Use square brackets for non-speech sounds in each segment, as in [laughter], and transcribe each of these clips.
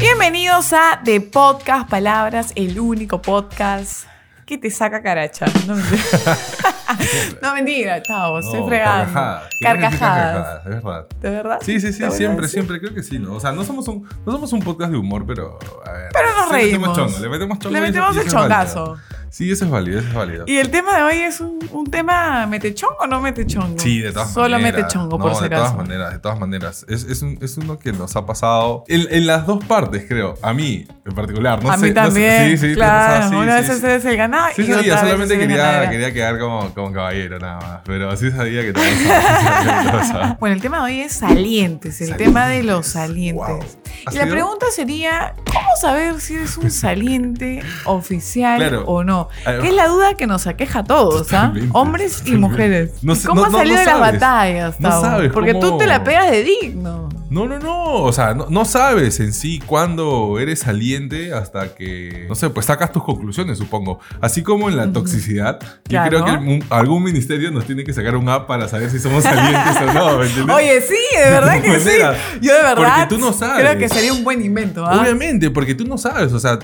Bienvenidos a The Podcast Palabras, el único podcast que te saca caracha. No mentira, [laughs] no, mentira chavo, estoy fregando. Carcajadas. Siempre Carcajadas. carcajadas, Es verdad. ¿De verdad? Sí, sí, ¿De sí, verdad? siempre, siempre, creo que sí, ¿no? O sea, no somos un, no somos un podcast de humor, pero. A ver, Pero nos sí le reímos. metemos chongo, le metemos chongo Le y eso- metemos y el eso es válido. chongazo. Sí, eso es válido, eso es válido. Y el tema de hoy es un, un tema metechongo o no metechongo. Sí, de todas Solo maneras. metechongo, No, por si de todas acaso. maneras, de todas maneras. Es, es un- es uno que nos ha pasado en, en las dos partes, creo. A mí, en particular. No a sé, mí no sé. también. sí, sí, te ha claro, pasado, sí, una sí, vez sí. eres el ganado Sí y otra sabía, vez solamente eres el quería, ganadera. quería quedar como, como caballero nada más. Pero sí sabía que te [laughs] pasaba. Ah, Bueno, el tema de hoy es salientes, el tema de los Salientes. salientes. Wow. Y ¿Has la ido? pregunta sería, ¿cómo saber si eres [laughs] un saliente oficial Claro. o no? Ay, Que es la duda que nos aqueja a todos, ¿ah? Totalmente, Hombres y totalmente. mujeres. No ¿Y sé- ¿Cómo no- has no- salido no de las sabes. batallas, No Tavo? sabes Porque tú cómo- te la pegas de digno. No, no, no. O sea, no, no sabes en sí cuándo eres saliente hasta que, no sé, pues sacas tus conclusiones, supongo. Así como en la toxicidad, yo Claro. creo que un- algún ministerio nos tiene que sacar un app para saber si somos salientes o no, ¿me entiendes? [laughs] Oye, sí, de verdad que sí. manera. Yo de verdad Porque tú no sabes. creo que sería un buen invento, ¿ah? Obviamente, porque tú no sabes, o sea,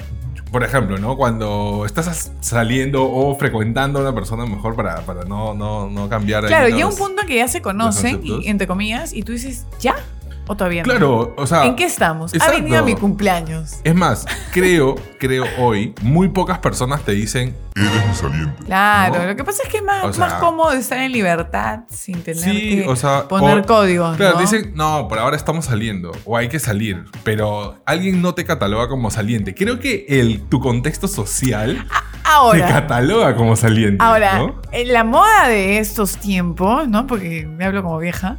por ejemplo, ¿no? Cuando estás as- saliendo o frecuentando a una persona mejor para, para no, no, no cambiar. ahí Claro, los- llega un punto en que ya se conocen, y- conceptos. entre comillas, y tú dices, ¿ya? ¿O todavía no? Claro, o sea. ¿En qué estamos? Ha exacto. venido a mi cumpleaños. Es más, creo, creo hoy, muy pocas personas te dicen, Eres mi saliente. Claro, ¿No? lo que pasa es que es más, O sea- más cómodo estar en libertad sin tener sí, que o sea. poner o- códigos. Claro, ¿no? dicen, no, por ahora estamos saliendo o hay que salir, pero alguien no te cataloga como saliente. Creo que el, tu contexto social te Ahora, cataloga como saliente. ahora ¿no? en la moda de estos tiempos, ¿no? Porque me hablo como [laughs] vieja.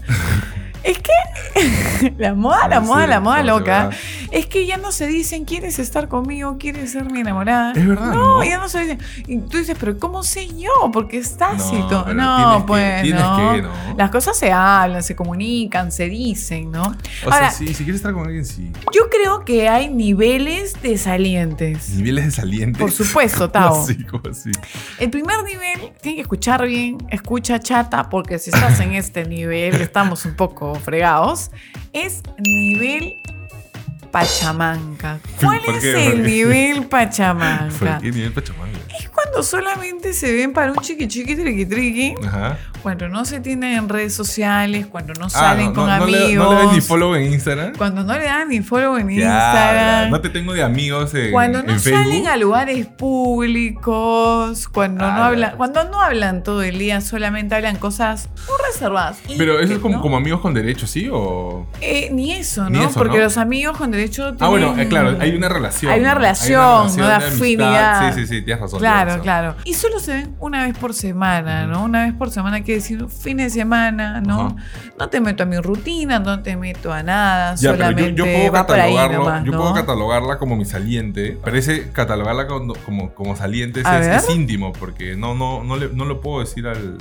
Es que [laughs] la moda, la Sí, moda, la moda como que loca. va. Es que ya no se dicen, ¿quieres estar conmigo? ¿Quieres ser mi enamorada? Es verdad, No, ¿no? ya no se dicen. Y tú dices, pero ¿cómo sé yo? Porque es tácito. pero No, tienes que- pues tienes no. que, ¿no? Las cosas se hablan, se comunican, se dicen, ¿no? O Ahora- sea, sí, si quieres estar con alguien, sí. Yo creo que hay niveles de salientes. Niveles de saliente. [laughs] Por supuesto, ¿Cómo Tavo. así? ¿Cómo así? El primer nivel, tienen que escuchar bien, escucha chata, porque si estás en este nivel, estamos un poco fregados, es nivel [laughs] pachamanca. ¿Cuál ¿Por es qué? el ¿Por qué? nivel ¿Por pachamanca? qué nivel pachamanga? Es cuando solamente se ven para un chiqui chiqui triqui triqui, Ajá. cuando no se tienen en redes sociales, cuando no Ah, salen no, con no, no amigos, Le, no le ven ni follow en Instagram. cuando no le dan ni follow en Ya, Instagram. ya, No te tengo de amigos en, Cuando no en salen Facebook. a lugares públicos, cuando no Ah, hablan, ya. cuando no hablan todo el día, solamente hablan cosas muy reservadas. Y Pero eso es como, ¿no? como amigos con derechos, ¿sí? O... Eh, ni eso, Ni ¿no? eso, Porque ¿no? los amigos con derecho Ah, bueno, eh, tienen- claro, hay una relación. Mm. Hay una ¿no? relación, ¿no? De amistad. afinidad. Sí, sí, sí, tienes razón. Claro, tienes razón. claro. Y solo se ven una vez por semana, ¿no? Una vez por semana quiere decir fin de semana, ¿no? Ajá. No te meto a mi rutina, no te meto a nada, Ya, pero yo, solamente yo puedo va por ahí catalogarlo, nomás, yo ¿no? puedo catalogarla como mi saliente. Parece catalogarla como, como, como saliente es, A ver. es íntimo, porque no, no, no, le- no lo puedo decir al.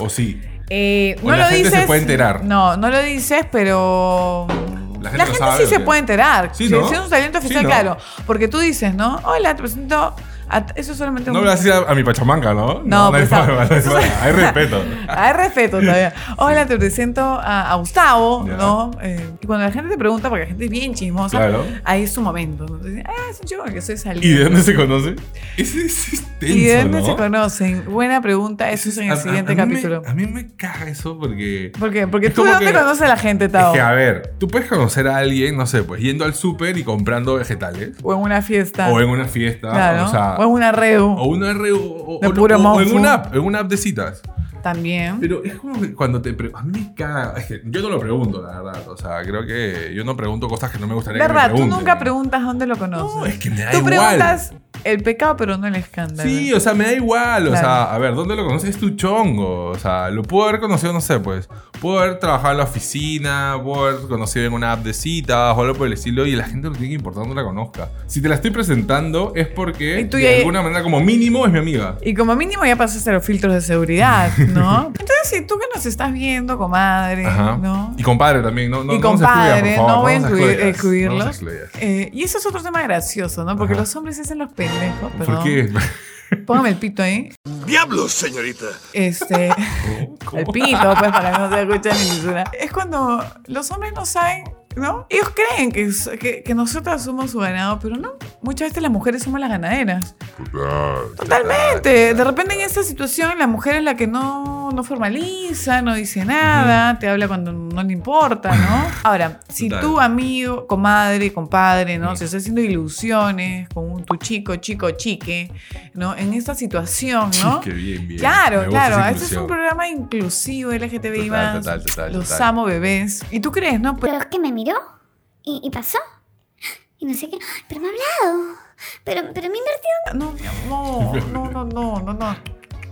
O sí. Eh, O no Pues la lo gente se dices. puede enterar. No, no lo dices, pero. La La gente, gente lo sabe, sí ¿o se qué? puede enterar. Sí, si ¿no? si es un talento Sí, oficial, ¿no? claro. Porque tú dices, ¿no? Hola, te presento. a- Eso es solamente No un. [laughs] lo haces a, a mi pachamanga, ¿no? No, hay pues, no. forma, no hay [laughs] forma. Hay respeto. Hay respeto [laughs] todavía. Hola, te presento a, a Gustavo, Ya. ¿no? Eh, y cuando la gente te pregunta, porque la gente es bien chismosa, Claro. ahí es su momento. ¿no? Entonces, ah, soy yo que soy saliente. ¿Y de dónde se conoce? Ese ese es tenso, ¿Y de dónde ¿no? se conocen? Buena pregunta, eso es en A- el a- siguiente a mí me- capítulo. a mí me caga eso porque. ¿Por qué? Porque Es tú de como dónde que- conoces a la gente, Es Tao. que, a ver, tú puedes conocer a alguien, no sé, pues yendo al súper y comprando vegetales. O en una fiesta. O en una fiesta. Claro. O sea. o en una redu o una re- o- o- De o- puro o- o en mofu. una app, en una app de citas. también. Pero es como que cuando te pre- A mí me caga. Es que yo no lo pregunto, la verdad. O sea, creo que yo no pregunto cosas que no me gustaría Verdad, que me tú pregunten. nunca preguntas dónde lo conoces. No, es que me da tú igual. preguntas el pecado, pero no el escándalo. Sí, o sea, me da igual. O Claro. sea, a ver, ¿dónde lo conoces? Es tu chongo. O sea, lo puedo haber conocido, no sé, pues. Puedo haber trabajado en la oficina, puedo haber conocido en una app de citas o algo por el estilo. Y la gente no tiene que importar no la conozca. Si te la estoy presentando es porque, Y tú de ya- alguna manera, como mínimo, es mi amiga. Y como mínimo ya pasaste los filtros de seguridad, [laughs] ¿no? Entonces, si tú que nos estás viendo, comadre, Ajá. ¿no? Y compadre también, no, no, Y no nos excluyas, compadre, por favor, no voy a nos incluir- excluyas, excluirlos. no nos excluyas. Eh, y eso es otro tema gracioso, ¿no? Porque Ajá. los hombres se hacen los pendejos, [laughs] ¿Por perdón. qué? Póngame el pito ahí. ¡Diablos, señorita! [laughs] Este. ¿Cómo? El pito, pues, para que no se escuche ni censura. Es cuando los hombres no saben, ¿no? Ellos creen que, que, que nosotras somos su ganado, pero no. Muchas veces las mujeres somos las ganaderas. Eh, Totalmente. De repente en esa situación la mujer es la que no, no formaliza, no dice nada, te habla cuando no le importa, ¿no? [laughs] Ahora, si Total. tu amigo, comadre, compadre, ¿no? Se está haciendo ilusiones con un- tu chico, chico, chique, ¿no? En esta situación, ¿no? Qué bien, bien. Me Claro, gusta claro. esa Este es un inclusión. programa inclusivo LGTBI+. Total, más. total, total, Los total. amo bebés. ¿Y tú crees, no? Pues, Pero es que me miró y, y pasó. Y no sé qué. Pero me ha hablado. Pero, pero me ha invertido. no, mi amor, no, no, no, no, no,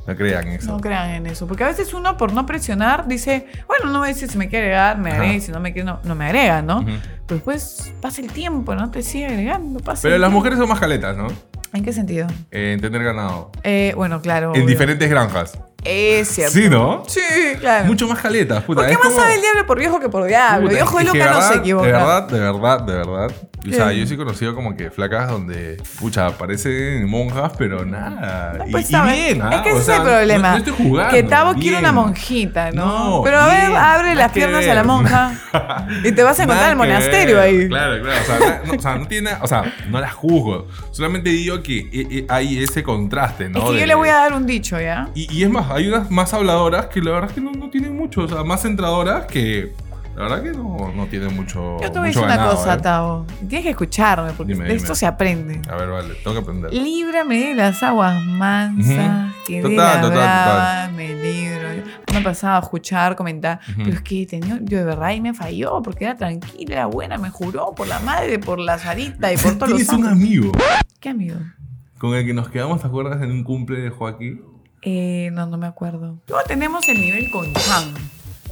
No crean eso. no crean en eso. Porque a veces uno, por no presionar, dice, bueno, no me dice si me quiere agregar, me Ajá. agrega, y si no me quiere, no, no me agrega, ¿no? Ujú. Pero después pasa el tiempo, ¿no? Te sigue agregando, pasa Pero el las tiempo. mujeres son más caletas, ¿no? ¿En qué sentido? En tener ganado. Eh, bueno, claro. En obvio. diferentes granjas. Es cierto. Sí, ¿no? Sí, claro. Mucho más caletas, puta. ¿Por qué es más como- sabe el diablo por viejo que por diablo? Puta, Yo Viejo es y que loca no se equivoca. De verdad, de verdad, de verdad. O sea, ¿Qué? yo sí he conocido como que flacas donde, pucha, parecen monjas, pero nada. No, Y- pues, y, ¿sabes? bien, ¿ah? Es que O ese sea, es el no- problema. No, estoy jugando. que Tavo quiere bien. una [laughs] monjita, ¿no? No, Pero a ver, bien, abre nada las que piernas a ver. la monja y te vas a encontrar el Nada que monasterio ver. ahí. Claro, claro. O sea, na- no, o sea, no tiene. O sea, no las juzgo. Solamente digo que eh, eh, hay ese contraste, [laughs] ¿no? es que yo De- le voy a dar un dicho, ¿ya? Y, y es más, hay unas más habladoras que la verdad es que no, no tienen mucho. O sea, más centradoras que. La verdad que no, no tienen mucho. Yo te voy a mucho decir una ganado, cosa, ¿eh? Tavo. Tienes que escucharme porque Dime, de esto dime. se aprende. A ver, vale, tengo que aprender. Líbrame de las aguas mansas, Ujú. que de Total, la total, total. brava me libro. Me pasaba a escuchar, comentar, Ujú. pero es que tenía- yo de verdad y me falló, porque era tranquila, era buena, me juró por la madre, por la zarita y [laughs] por todos los Tienes un santos. amigo ¿Qué amigo? con el que nos quedamos, ¿te acuerdas? En un cumple de Joaquín. [laughs] Eh, no, no me acuerdo. Luego tenemos el nivel con Chan.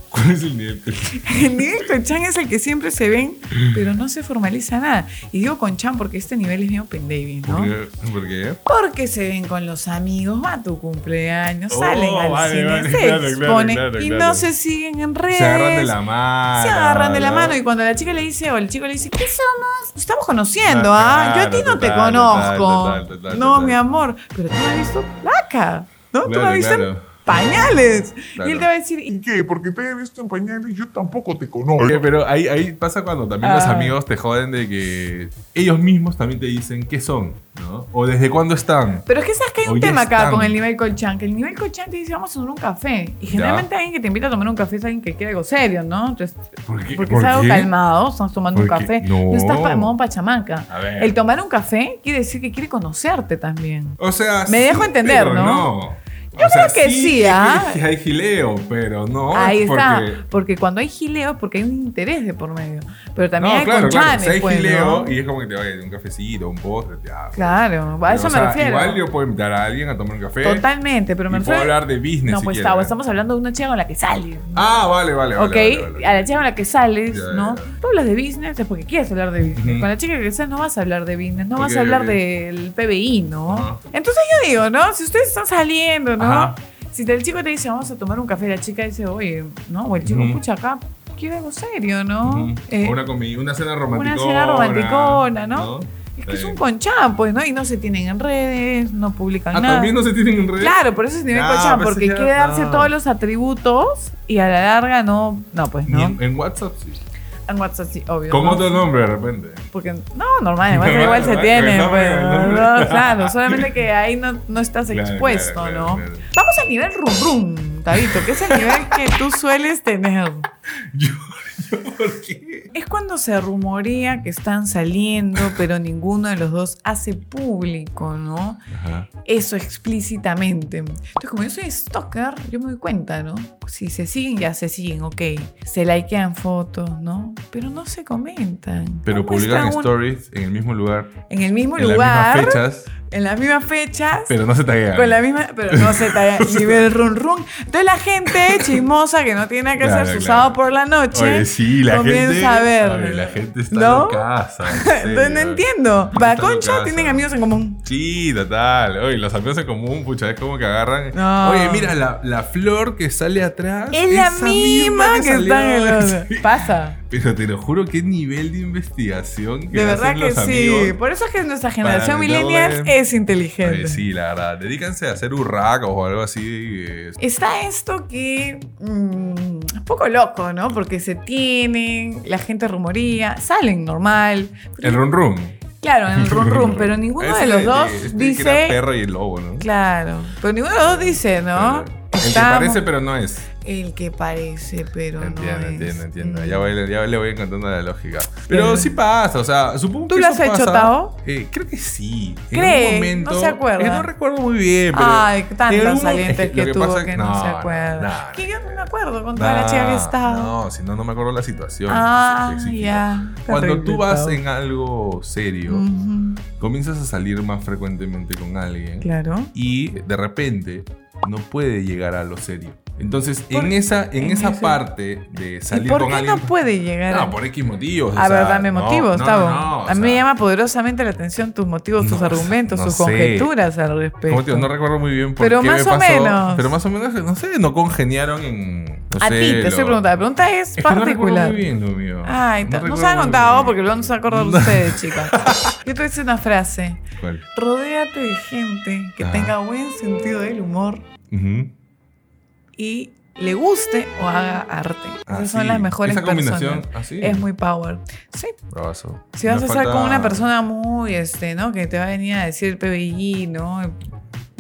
¿Cuál es el nivel? [laughs] El nivel con Chan es el que siempre se ven, pero no se formaliza nada. Y digo con Chan porque este nivel es medio pendevi, ¿no? ¿Por qué? ¿Por qué? Porque se ven con los amigos, va a tu cumpleaños, Oh, salen al vale, cine, vale, se claro, exponen claro, claro, y claro. no se siguen en redes. Se agarran de la mano. Pues, Se agarran de la ¿no? mano y cuando la chica le dice o el chico le dice, ¿qué somos? Nos estamos conociendo, Ah, ¿ah? Yo a ti claro, no te total, total, conozco. total, total, no, total. mi amor, pero tú me has visto placa, ¿no? tú me Claro, has visto en claro. pañales. Claro. Y él te va a decir, ¿Y "Y- qué? Porque te he visto en pañales, yo tampoco te conozco. Oye, pero ahí, ahí pasa cuando también los Ah. amigos te joden de que ellos mismos también te dicen qué son, ¿no? O desde cuándo están. pero es que sabes que hay un Oye, tema acá están. con el nivel colchán, que el nivel colchán te dice, vamos a tomar un café. Y generalmente alguien que te invita a tomar un café es alguien que quiere algo serio, ¿no? Entonces, ¿Por qué? Porque ¿Por es algo qué? calmado, estás tomando un ¿Por qué? café. No. No estás pa- en modo pachamanca. A ver. El tomar un café quiere decir que quiere conocerte también. O sea, Me dejo entender, pero ¿no? Yo creo que sí, ¿ah? Que hay gileo, pero no. Ahí es está. porque- Porque cuando hay gileo es porque hay un interés de por medio. Pero también no, hay claro, claro. conchanes, Si hay pues, gileo ¿no? y es como que te vaya un cafecito, un postre, ya. Claro, a Pero, eso o me sea, refiero. Igual yo puedo invitar a alguien a tomar un café. Totalmente, pero me y puedo refiero. hablar de business. no, si pues quiero, está, ¿eh? estamos hablando de una chica con la que sales. ¿no? Ah, vale, vale, vale. ok, vale, vale. a la chica con la que sales, Ya, ya, ¿no? ya. Tú hablas de business es porque quieres hablar de business. Ujú. Con la chica que sales no vas a hablar de business, no vas Ok, a hablar ok. del PBI, ¿no? Ajá. Entonces yo digo, ¿no? Si ustedes están saliendo, ¿no? Ajá. Si el chico te dice, vamos a tomar un café, la chica dice, oye, ¿no? O el chico, Ujú. pucha, acá quiero algo serio, ¿no? Ujú. Eh, O una, comi- una cena romántica. cena romanticona, ¿no? es que eh. es un conchán, pues, ¿no? Y no se tienen en redes, no publican Ah, nada. también no se tienen en redes. Claro, por eso es nivel Ah, colchán, pensé porque que quiere era- darse ah. todos los atributos y a la larga no, no pues Ni no. en, en WhatsApp sí. En WhatsApp sí, obvio. Con ¿no? otro nombre de repente. Porque, no, normal, [laughs] en WhatsApp Normal, igual se normal, tiene. normal, pues, [laughs] normal. no, claro, solamente que ahí no, no estás Claro, expuesto, claro, ¿no? claro, [laughs] claro. Vamos al nivel rum rum, Tabito, que es el nivel que tú sueles tener. Yo, yo, ¿por qué? Es cuando se rumorea que están saliendo, pero ninguno de los dos hace público, ¿no? Ajá. Eso explícitamente. Entonces, como yo soy stalker, yo me doy cuenta, ¿no? Si se siguen, ya se siguen, ok. Se likean fotos, ¿no? Pero no se comentan. Pero No muestran publican Pues un- stories en el mismo lugar, En el mismo en las lugar. mismas fechas, en las mismas fechas. pero no se taguean. con la misma, pero no se talla [laughs] nivel run run. Entonces la gente chismosa que no tiene nada que Claro, hacer su claro. sábado por la noche Oye, sí, la comienza gente. a ver. Oye, la gente está ¿No? locaza, en Entonces [laughs] no serio. entiendo. Está Para Concha locaza. tienen amigos en común. Sí, total. Oye, los amigos en común, pucha, es como que agarran. No. Oye, mira, la, la flor que sale atrás. Es la esa misma que, salió. están en los. Sí. Pasa. Pero te lo juro, qué nivel de investigación. Que De verdad hacen que los sí. amigos. Por eso es que nuestra generación darle- millennials es inteligente. Oye, sí, la verdad. Dedícanse a hacer urracos o algo así. eh, Está esto que mm, es poco loco, ¿no? Porque se tienen, la gente rumoría, salen normal. El run run. Claro, en el [laughs] rum rum, pero ninguno de Ese los dos este que era dice. perro y el lobo, ¿no? Claro, pero ninguno de los dos dice, ¿no? El que Estamos- parece, pero no es. el que parece, pero Entiendo, no. es. entiendo, entiendo. Mm. Ya, voy, ya le voy encontrando la lógica. Pero- Pero sí pasa, o sea, supongo ¿Tú que lo eso has hecho, pasa- Tao? Eh, creo que sí. ¿Cree? En un momento. No se acuerda. eh, no recuerdo muy bien, pero. Ay, en algún tantas mo- salientes es que, [laughs] lo tuvo pasa que no, se nah, acuerda. Que yo no me acuerdo con toda nah, la chica que estaba. No, si no, no me acuerdo la situación. ah, Sí, sí, sí. ya. Cuando tú vas Terrible, Mm. en algo serio, Pau. Ujú, comienzas a salir más frecuentemente con alguien Claro. y de repente no puede llegar a lo serio. Entonces, Por- en esa, en en esa ese- parte de ¿Y salir por con qué alguien. no puede llegar? No, por X motivos. o a sea, ver, dame no, motivos, no, Tavo. no, no, o a mí me sea, llama poderosamente la atención tus motivos, tus [laughs] No, argumentos, no tus sé. conjeturas al respecto. como te digo, no recuerdo muy bien por Pero qué más me o pasó. menos. Pero más o menos, no sé, no congeniaron en. no a sé, ti te estoy lo- preguntando. La pregunta es, Es que no recuerdo particular. muy bien lo mío. Ay, no, recuerdo se han muy contado bien. porque lo van a acordar No. ustedes, [laughs] chicas. Yo te voy a decir una frase. ¿Cuál? Rodéate de gente que Ajá. tenga buen sentido del humor Ujú. y le guste o haga arte. Ah, Esas son sí. las mejores Esa combinación, personas. así. Es muy power. Sí, Bravazo. Si vas Me a estar con falta- una persona muy, este, ¿no? Que te va a venir a decir el PBI, ¿no?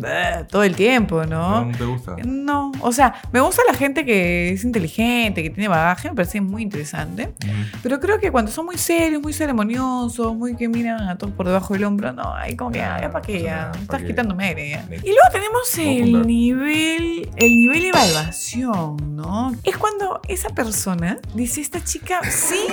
Eh, Todo el tiempo, No, ¿no? no te gusta. No, o sea, me gusta la gente que es inteligente, que tiene bagaje, me parece muy interesante. Ujú. Pero creo que cuando son muy serios, muy ceremoniosos, muy que miran a todos por debajo del hombro, no, ahí como que, ah, ya para qué, ya, Ah, ¿pa' estás qué? quitándome aire ya. Next. Y luego tenemos Vamos a juntar. el nivel, el nivel de evaluación, ¿no? Es cuando esa persona dice, esta chica sí,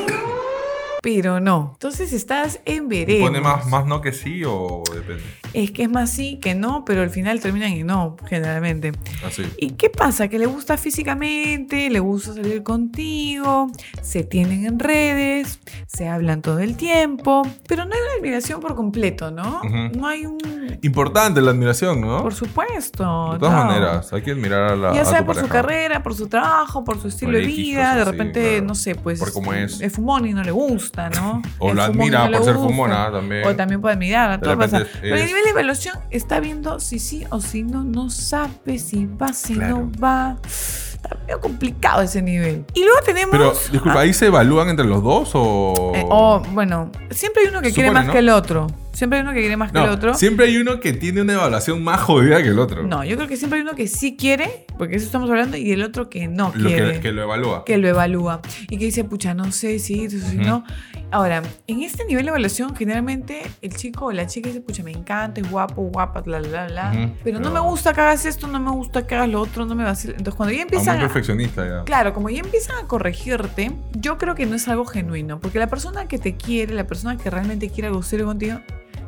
pero no. Entonces estás en veremos. ¿Pone más, más no que sí o depende? Es que es más sí que no, pero al final terminan en no, generalmente. Así. ¿Y qué pasa? Que le gusta físicamente, le gusta salir contigo, se tienen en redes, se hablan todo el tiempo, pero no hay una admiración por completo, ¿no? Ujú. No hay un... Importante la admiración, ¿no? Por supuesto. de todas no. maneras, hay que admirar a la Ya a sea tu por su pareja. carrera, por su trabajo, por su estilo de X vida, cosas de así, repente, claro. no sé, pues. Por cómo es. Es fumón y no le gusta, ¿no? O Es la fumón y admira no le por ser gusta. fumona también. O también puede admirarla, Eh, De todo pasa. repente es- Pero el nivel de evaluación está viendo si sí o si no, no sabe si va, si no Claro. va. Está medio complicado ese nivel. Y luego tenemos. Pero, disculpa, ¿ahí se evalúan entre los dos o...? eh, oh, bueno, siempre hay uno que quiere Supone, más ¿no? que el otro. Siempre hay uno que quiere más no, que el otro. siempre hay uno que tiene una evaluación más jodida que el otro. No, yo creo que siempre hay uno que sí quiere, porque eso estamos hablando, y el otro que no Lo quiere. que, que lo evalúa. que lo evalúa y que dice, pucha, no sé si, si Ujú. no. Ahora, en este nivel de evaluación, generalmente el chico o la chica dice, pucha, me encanta, es guapo, guapa, bla, bla, bla, Ujú, pero no me pero- gusta que hagas esto, no me gusta que hagas lo otro, no me vaciles. Entonces, cuando ya Ah, empiezan muy a, perfeccionista ya. Claro, como ya empiezan a corregirte, yo creo que no es algo genuino, porque la persona que te quiere, la persona que realmente quiere algo serio contigo,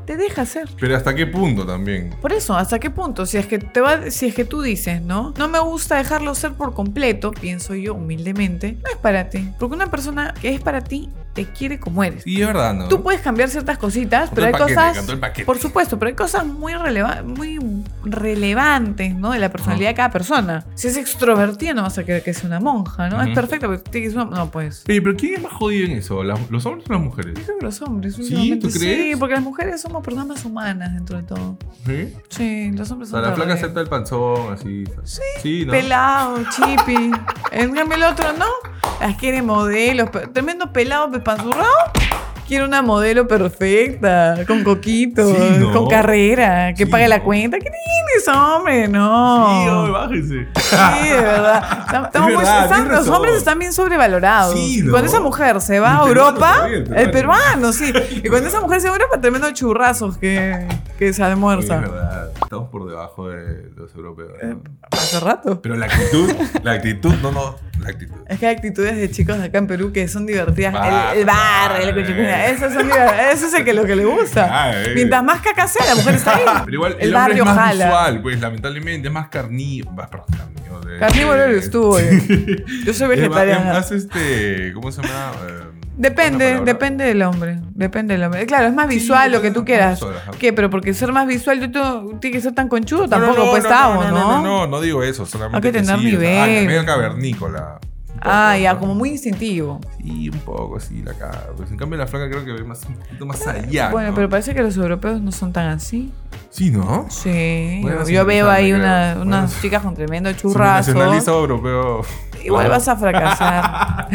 te deja hacer. Pero ¿hasta qué punto también? Por eso, ¿hasta qué punto? Si es que te va, si es que tú dices, ¿no? No me gusta dejarlo ser por completo, pienso yo humildemente, no es para ti. Porque una persona que es para ti te quiere como eres. Sí, es verdad, ¿no? Tú puedes cambiar ciertas cositas, Cantó pero el hay paquete, cosas. cantó el paquete. Por supuesto, pero hay cosas muy, releva- muy relevantes, ¿no? De la personalidad Ah. de cada persona. Si es extrovertida, no vas a querer que sea una monja, ¿no? Es Ujú. perfecto, pero tiene que ser una. No, pues. Oye, pero ¿quién es más jodido en eso? ¿Las- ¿Los hombres o las mujeres? Yo creo que los hombres, ¿tú últimamente, Sí, crees? porque las mujeres somos personas más humanas dentro de todo. ¿Sí? Sí, los hombres O son sea, la flaca terribles. acepta el panzón, así. Sí, ¿no? Pelado, chipi. En cambio, el otro no. Las quiere modelos. pe- Tremendo pelado, pepanzurrado. Quiere una modelo perfecta, con coquito, eh, Sí, ¿no? con carrera, que Sí, pague la ¿no? cuenta. ¿Qué tienes, hombre? Sí, oye, No. bájese. Sí, de verdad. Estamos [laughs] Es muy- verdad, están- tienes los razón. hombres están bien sobrevalorados. Sí, Y ¿no? Cuando esa mujer se va a El peruano Europa, también, el el peruano, sí. Y cuando esa mujer se va a Europa, tremendo churrazos que, que se Oye, es almuerza. verdad, estamos por debajo de los europeos. Eh, ¿no? Hace rato. Pero la actitud, la actitud, no, no, la actitud. Es que hay actitudes de chicos de acá en Perú que son divertidas. Bah, el, el bar, el bah, cuchicuña, eh. eso, son diver- eso es el que lo que le gusta. Ah, eh. Mientras más caca sea, la mujer está bien. Pero igual, el, el hombre barrio es más jala. visual, pues, lamentablemente, es más carnívoro. Perdón, carnívoro. eh. Carnívoro eres tú, eh. [laughs] Sí. Yo soy Es más- vegetariana. Es más, este, ¿cómo se llama? Eh, Depende, una palabra. depende del hombre. Depende del hombre. Claro, es más Sí, visual lo que es tú más quieras. visual, ajá. ¿Qué? Pero porque ser más visual yo tengo- tiene que ser tan conchudo, No, no, tampoco no, pues no, Tavo, no, ¿no? no, no, no, no digo eso, solamente Hay que tener sí, o sea, ah, nivel. medio cavernícola. poco, Ah, ya, ¿no? como muy instintivo. Sí, un poco, sí, la cara. Pues en cambio la flaca creo que ve más, un poquito más allá. Bueno, ¿no? pero parece que los europeos no son tan así. Sí, ¿no? Sí, Bueno, yo- sí, yo me veo gusta, ahí me una- creo. unas Bueno. chicas con tremendo Si me nacionalizo churrazo. europeo. [laughs] Igual vas a fracasar.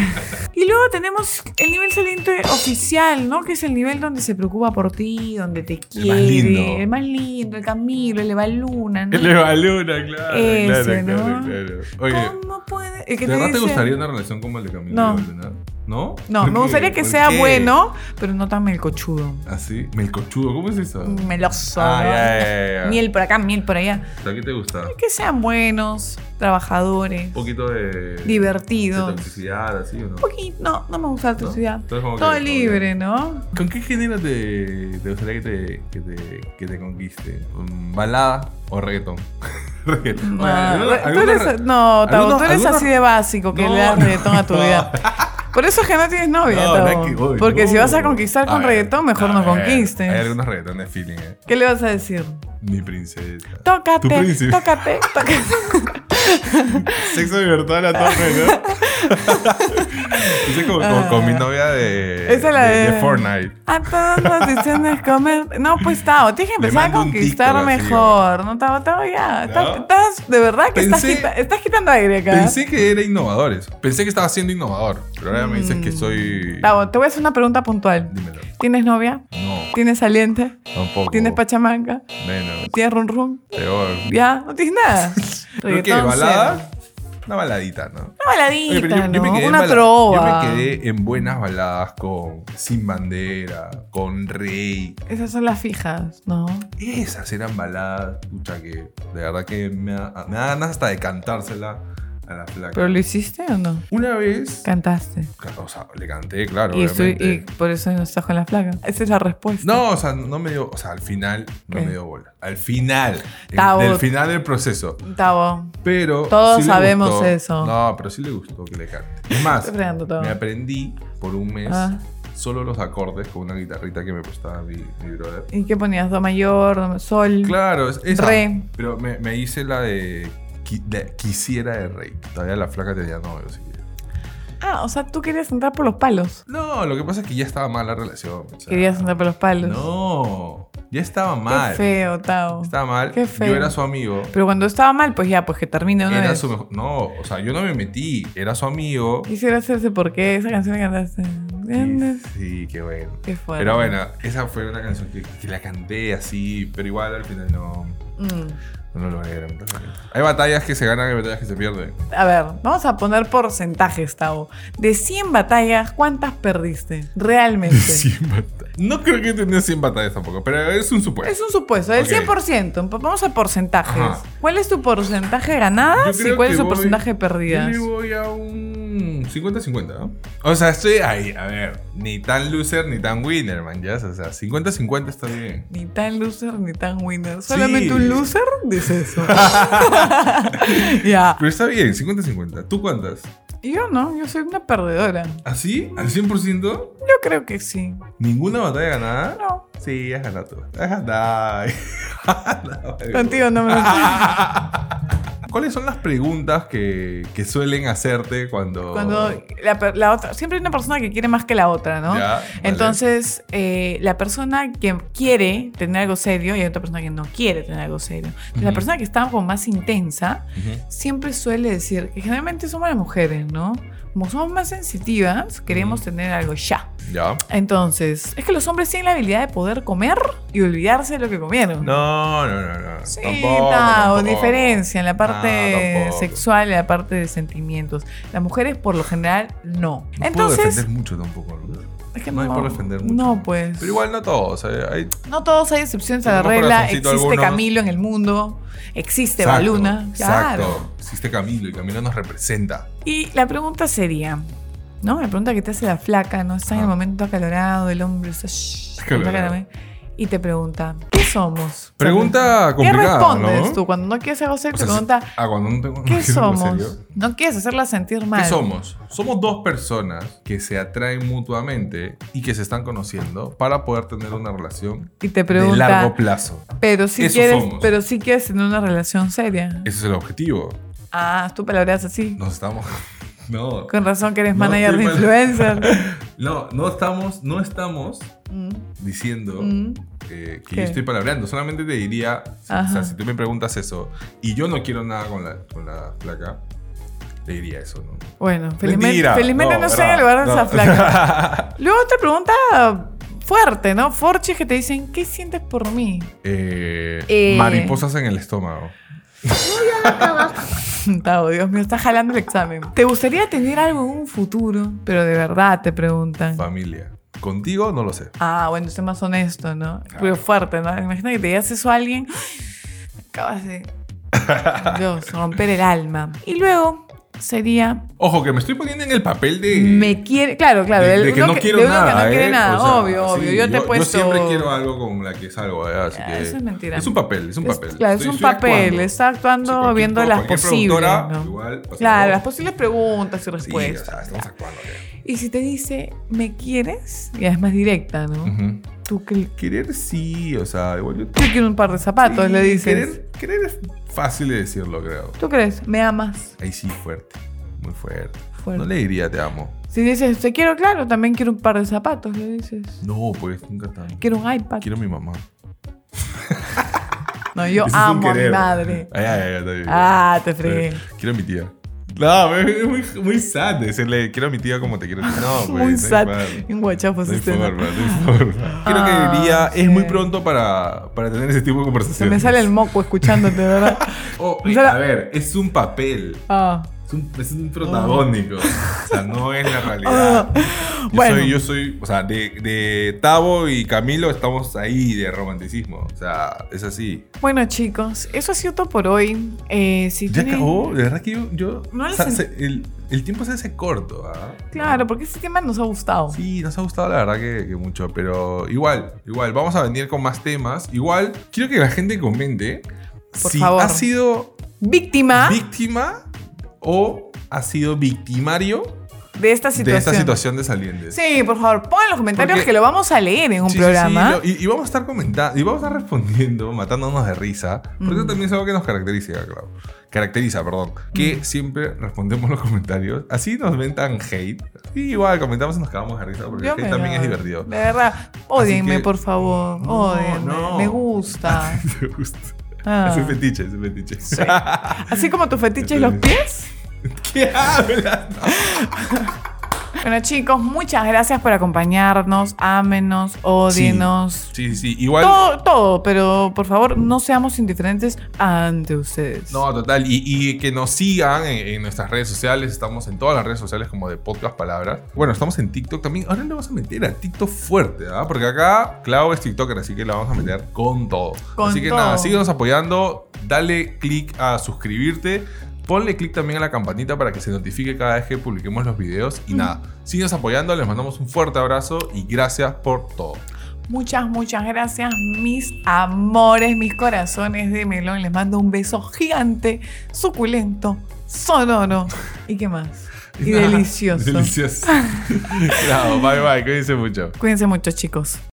y luego tenemos el nivel saliente oficial, ¿no? Que es el nivel donde se preocupa por ti, donde te El quiere. más lindo. El más lindo, el Camilo, el Evaluna, ¿no? El Evaluna, claro. Ese, claro, ¿no? claro, claro. Oye, ¿Cómo puede? el que ¿de verdad te dice- gustaría una relación como la de Camilo No. y Evaluna? ¿No? No, ¿Por me qué? gustaría que ¿Por sea qué? bueno, pero no tan melcochudo. Así, melcochudo, ¿cómo es eso? Meloso. Ah, Mm, ¿no? ya, ya, ya, ya. Miel por acá, miel por allá. O sea, ¿Qué te gusta? Que sean buenos, trabajadores, Un poquito de. De divertidos. toxicidad, así, ¿o no? Un poquito, no, no me gusta la ¿No? toxicidad. Entonces, como que- Todo como que- libre, ¿no? ¿Con qué género te, te gustaría que te, que te, que te conquiste? Mm, ¿Balada o reggaetón? [laughs] reggaetón. Oye, Ah, ¿alguna- tú alguna eres, re- no, Tavo, algunos- tú eres algunos- así de básico que No, le das [laughs] no. reggaetón a tu vida. Por eso es que no tienes novia, No, Tavo. no es que- uy, Porque si no. vas a conquistar con A ver, reggaetón, mejor a no ver, conquistes. Hay algunos reggaetón de feeling, eh. ¿Qué le vas a decir? Mi princesa. Tu Tócate, príncipe. tócate, tócate. [laughs] Sexo virtual a tope, ¿no? [laughs] Esa es como, como con mi novia de, Ah. Esa es la de- de Fortnite. A todos nos dicen de comer. No, pues Tao, tienes que Le empezar a mando un conquistar TikTok así, mejor. No, Tao, Tao, ya. Estás, estás- de verdad que estás, Pensé- quita- estás quitando aire acá. Pensé que era innovador eso. Pensé que estaba siendo innovador. Pero ahora me dices que Mm. soy. Tao, te voy a hacer una pregunta puntual. Dímelo. ¿Tienes novia? No, ¿Tienes saliente? tampoco. ¿Tienes pachamanca? Menos, ¿Tienes rum rum? peor. Ya, no tienes nada. [laughs] ¿Pero qué? Reggaetón ¿Balada? cero. Una baladita, ¿no? Una baladita, Oye, pero yo, yo ¿no? me quedé en Una bala- trova. Yo me quedé en buenas baladas con Sin Bandera, con Rey. Esas son las fijas, ¿no? Esas eran baladas, pucha, que de verdad que me, da- me dan hasta de cantársela a la flaca. ¿Pero lo hiciste o no? Una vez, Cantaste. ca- o sea, le canté, claro, Y, estoy- obviamente. y por eso no estás con la flaca. Esa es la respuesta. No, o sea, no me dio, o sea, al final no ¿Qué? me dio bola. Al final, Tavo. del final del proceso. Tavo. Pero Todos le sabemos eso. No, pero sí le gustó que le [laughs] cante. Es más, Estoy fregando todo. me aprendí por un mes Ah. solo los acordes con una guitarrita que me prestaba mi, mi brother. ¿Y qué ponías? Do mayor, do- sol. Claro, es esa. Re. Pero me, me hice la de, qui- de quisiera de rey. Todavía la flaca tenía novio, así que- Ah, o sea, tú querías entrar por los palos. No, lo que pasa es que ya estaba mal la relación. o sea, Querías entrar por los palos. No, ya estaba Qué mal. feo, Tao. Estaba mal. Qué feo. Yo era su amigo. Pero cuando estaba mal, pues ya, pues que termine una Era vez. su mejor. No, o sea, yo no me metí. Era su amigo. Quisiera hacerse por qué esa canción que cantaste. Y- sí, qué bueno. Qué fuerte. Pero bueno, esa fue una canción que, que la canté así, pero igual al final no, Mm. no lo logré. lamentablemente. Hay batallas que se ganan y batallas que se [laughs] pierden. A ver, vamos a poner porcentajes, Tavo. De 100 batallas, ¿cuántas perdiste? Realmente. [laughs] Cien batallas. No creo que he tenido 100 batallas tampoco, pero es un supuesto. Es un supuesto, del Ok. 100%. Vamos a porcentajes. Ajá. ¿Cuál es tu porcentaje de Yo ganadas y creo cuál es que tu voy- porcentaje de pérdidas? Yo le voy a un 50-50, ¿no? O sea, estoy ahí, a ver, ni tan loser ni tan winner, man, ya, o sea, 50-50 está bien. Ni tan loser ni tan winner. Sí. Solamente un loser dice [laughs] eso. ya. Pero está bien, 50-50. ¿Tú cuántas? Yo no, yo soy una perdedora. ¿Así? ¿Al 100%? Yo creo que sí. ¿Ninguna batalla ganada? No. Sí, has ganado tú. Has ganado. [laughs] Has ganado. Contigo no me [laughs] lo ¿Cuáles son las preguntas que, que suelen hacerte cuando... Cuando la, per- la otra, siempre hay una persona que quiere más que la otra, ¿no? Ya, vale. Entonces, eh, la persona que quiere tener algo serio y hay otra persona que no quiere tener algo serio. Entonces, La Ujú. persona que está como más intensa Ujú. siempre suele decir que generalmente somos las mujeres, ¿no? Como somos más sensitivas, queremos tener algo ya. ¿Ya? Entonces, es que los hombres tienen la habilidad de poder comer y olvidarse de lo que comieron. No, no, no, no. Sí, Tampoco, no, tampoco. diferencia en la parte No, tampoco. sexual y la parte de sentimientos. Las mujeres por lo general no. No puedo Entonces, defender mucho tampoco. ¿no? es que No hay por defender mucho. No, pues. Pero igual no todos. eh, Hay, No todos hay excepciones a la Tenemos regla. Existe corazoncito algunos. Camilo en el mundo. Existe Exacto, Baluna. Claro. Exacto. Existe Camilo y Camilo nos representa. Y la pregunta sería, ¿no? La pregunta que te hace la flaca, ¿no? Está en el Ajá. momento acalorado, el hombre está... shh, Ah. Acalorado. acálame, Y te pregunta, ¿qué somos? Pregunta ¿Qué complicada, respondes ¿no? tú? Cuando no quieres algo serio, O te sea, si- [laughs] pregunta, ah, cuando no tengo- no ¿qué quiero algo serio. somos? No quieres hacerla sentir mal. ¿Qué somos? Somos dos personas que se atraen mutuamente y que se están conociendo para poder tener una relación Y te de pregunta, largo plazo. pero si Eso quieres, somos. pero si quieres tener una relación seria. Ese es el objetivo. Ah, tú palabreas así. Nos estamos. [laughs] No. Con razón que eres No, manager de estoy mal. [laughs] influencer. No, no estamos, no estamos Mm, diciendo mm. eh, que ¿Qué? yo estoy palabreando. Solamente te diría, o Ajá. sea, si tú me preguntas eso y yo no quiero nada con la, con la flaca, te diría eso, ¿no? Bueno, felizmente, Mentira. felizmente no, sé en el lugar de esa verdad, no. [laughs] flaca. Luego otra pregunta fuerte, ¿no? Forches que te dicen, ¿qué sientes por mí? [laughs] Eh, Eh. Mariposas en el estómago. Tavo, Dios mío, está jalando el examen. ¿Te gustaría tener algo en un futuro? Pero de verdad te preguntan. Familia. Contigo no lo sé. Ah, bueno, sé más honesto, ¿no? Pero fuerte, ¿no? Imagina que te digas eso a alguien. [gasps] Acabas [laughs] de. Dios, romper el alma. Y luego sería. Ojo, que me estoy poniendo en el papel de. Me quiere. Claro, claro. de, el- de que uno no quiero de uno nada. Que no quiere ¿eh? nada, O sea, obvio, sí, obvio. Yo, te he puesto. siempre quiero algo con la que salgo, ¿eh? Así Ah, que. eso es mentira. Es un papel, es un papel. Claro, es Estoy- un estoy papel. actuando. Está Sí, actuando cualquier- viendo las cualquier posibles. productora, ¿no? igual, o sea, claro, no- las posibles preguntas y Sí, o sea, respuestas. estamos actuando. ¿eh? Y si te dice, ¿me quieres? Ya es más directa, ¿no? Ujú. Tú que Querer sí, o sea, igual yo. yo quiero un par de zapatos, Sí, le dices. Querer, querer es fácil de decirlo, creo. ¿Tú crees? ¿Me amas? Ahí sí, fuerte. Muy fuerte. Fuerte. No le diría te amo. Si dices, te quiero, claro, también quiero un par de zapatos, le dices. No, pues nunca tanto. Quiero un iPad. Quiero a mi mamá. No, yo Ese es un amo a mi querer. madre. Ay, ay, ay, está bien. Eh, Ah, te fregué. Quiero a mi tía. No, es muy, muy sad decirle quiero a mi tía [laughs] como te quiero. a ti. [laughs] No, pues. Un no sat, hay un guachapo forma, No hay este, ¿no? forma, no hay forma. Creo Ah, que diría, sí. es muy pronto para, para tener ese tipo de Se conversaciones. me sale el moco escuchándote, ¿verdad? [laughs] Oh, me eh, sale- A ver, es un papel. Ah. Es un, es un protagónico. Oh. O sea, no es [laughs] la realidad. Yo, Bueno. soy, yo soy, o sea, de, de Tavo y Camilo estamos ahí de romanticismo. O sea, es así. Bueno, chicos, eso ha sido todo por hoy. Eh, si Ya tienen- acabó, de verdad que yo. yo- No o lo sea, sent- se- el, el tiempo se hace corto, ¿ah? Claro, porque este tema nos ha gustado. Sí, nos ha gustado la verdad que, que mucho, pero igual, igual, vamos a venir con más temas. Igual, quiero que la gente comente Por si favor. ¿Ah? ha sido Víctima víctima o ha sido victimario de esta situación. de esta situación de salientes. Sí, por favor, pon en los comentarios Porque- que lo vamos a leer en un Sí, sí, sí, programa. lo- y, y vamos a estar comentando, y vamos a estar respondiendo, matándonos de risa, Mm. porque eso también es algo que nos caracteriza, claro. Caracteriza, perdón. Que Mm. siempre respondemos los comentarios. Así nos ventan hate. Y igual comentamos y nos cagamos de risa, porque Yo el me hate también la- es divertido. [laughs] De verdad, ódienme, que- por favor. No, ódienme. no. Me [laughs] gusta. Te gusta. Ah. Es un fetiche, es un fetiche. Sí. Así como tu fetiche es los pies. [laughs] ¿Qué hablas? Bueno, chicos, muchas gracias por acompañarnos. Ámenos, ódienos. Sí, sí, sí. Igual. Todo, todo, pero por favor, no seamos indiferentes ante ustedes. No, total. Y, y que nos sigan en, en nuestras redes sociales. Estamos en todas las redes sociales como de Podcast Palabras. Bueno, estamos en TikTok también. Ahora le vamos a meter a TikTok fuerte, ¿ah? Porque acá Clau es TikToker, así que la vamos a meter con todo. Con así que todo. nada, síguenos apoyando. Dale click a suscribirte. Ponle click también a la campanita para que se notifique cada vez que publiquemos los videos. Y nada, síguenos apoyando. Les mandamos un fuerte abrazo y gracias por todo. Muchas, muchas gracias, mis amores, mis corazones de melón. Les mando un beso gigante, suculento, sonoro. ¿Y qué más? Y [laughs] nada, delicioso. [laughs] Delicioso. Claro, bye bye. Cuídense mucho. Cuídense mucho, chicos.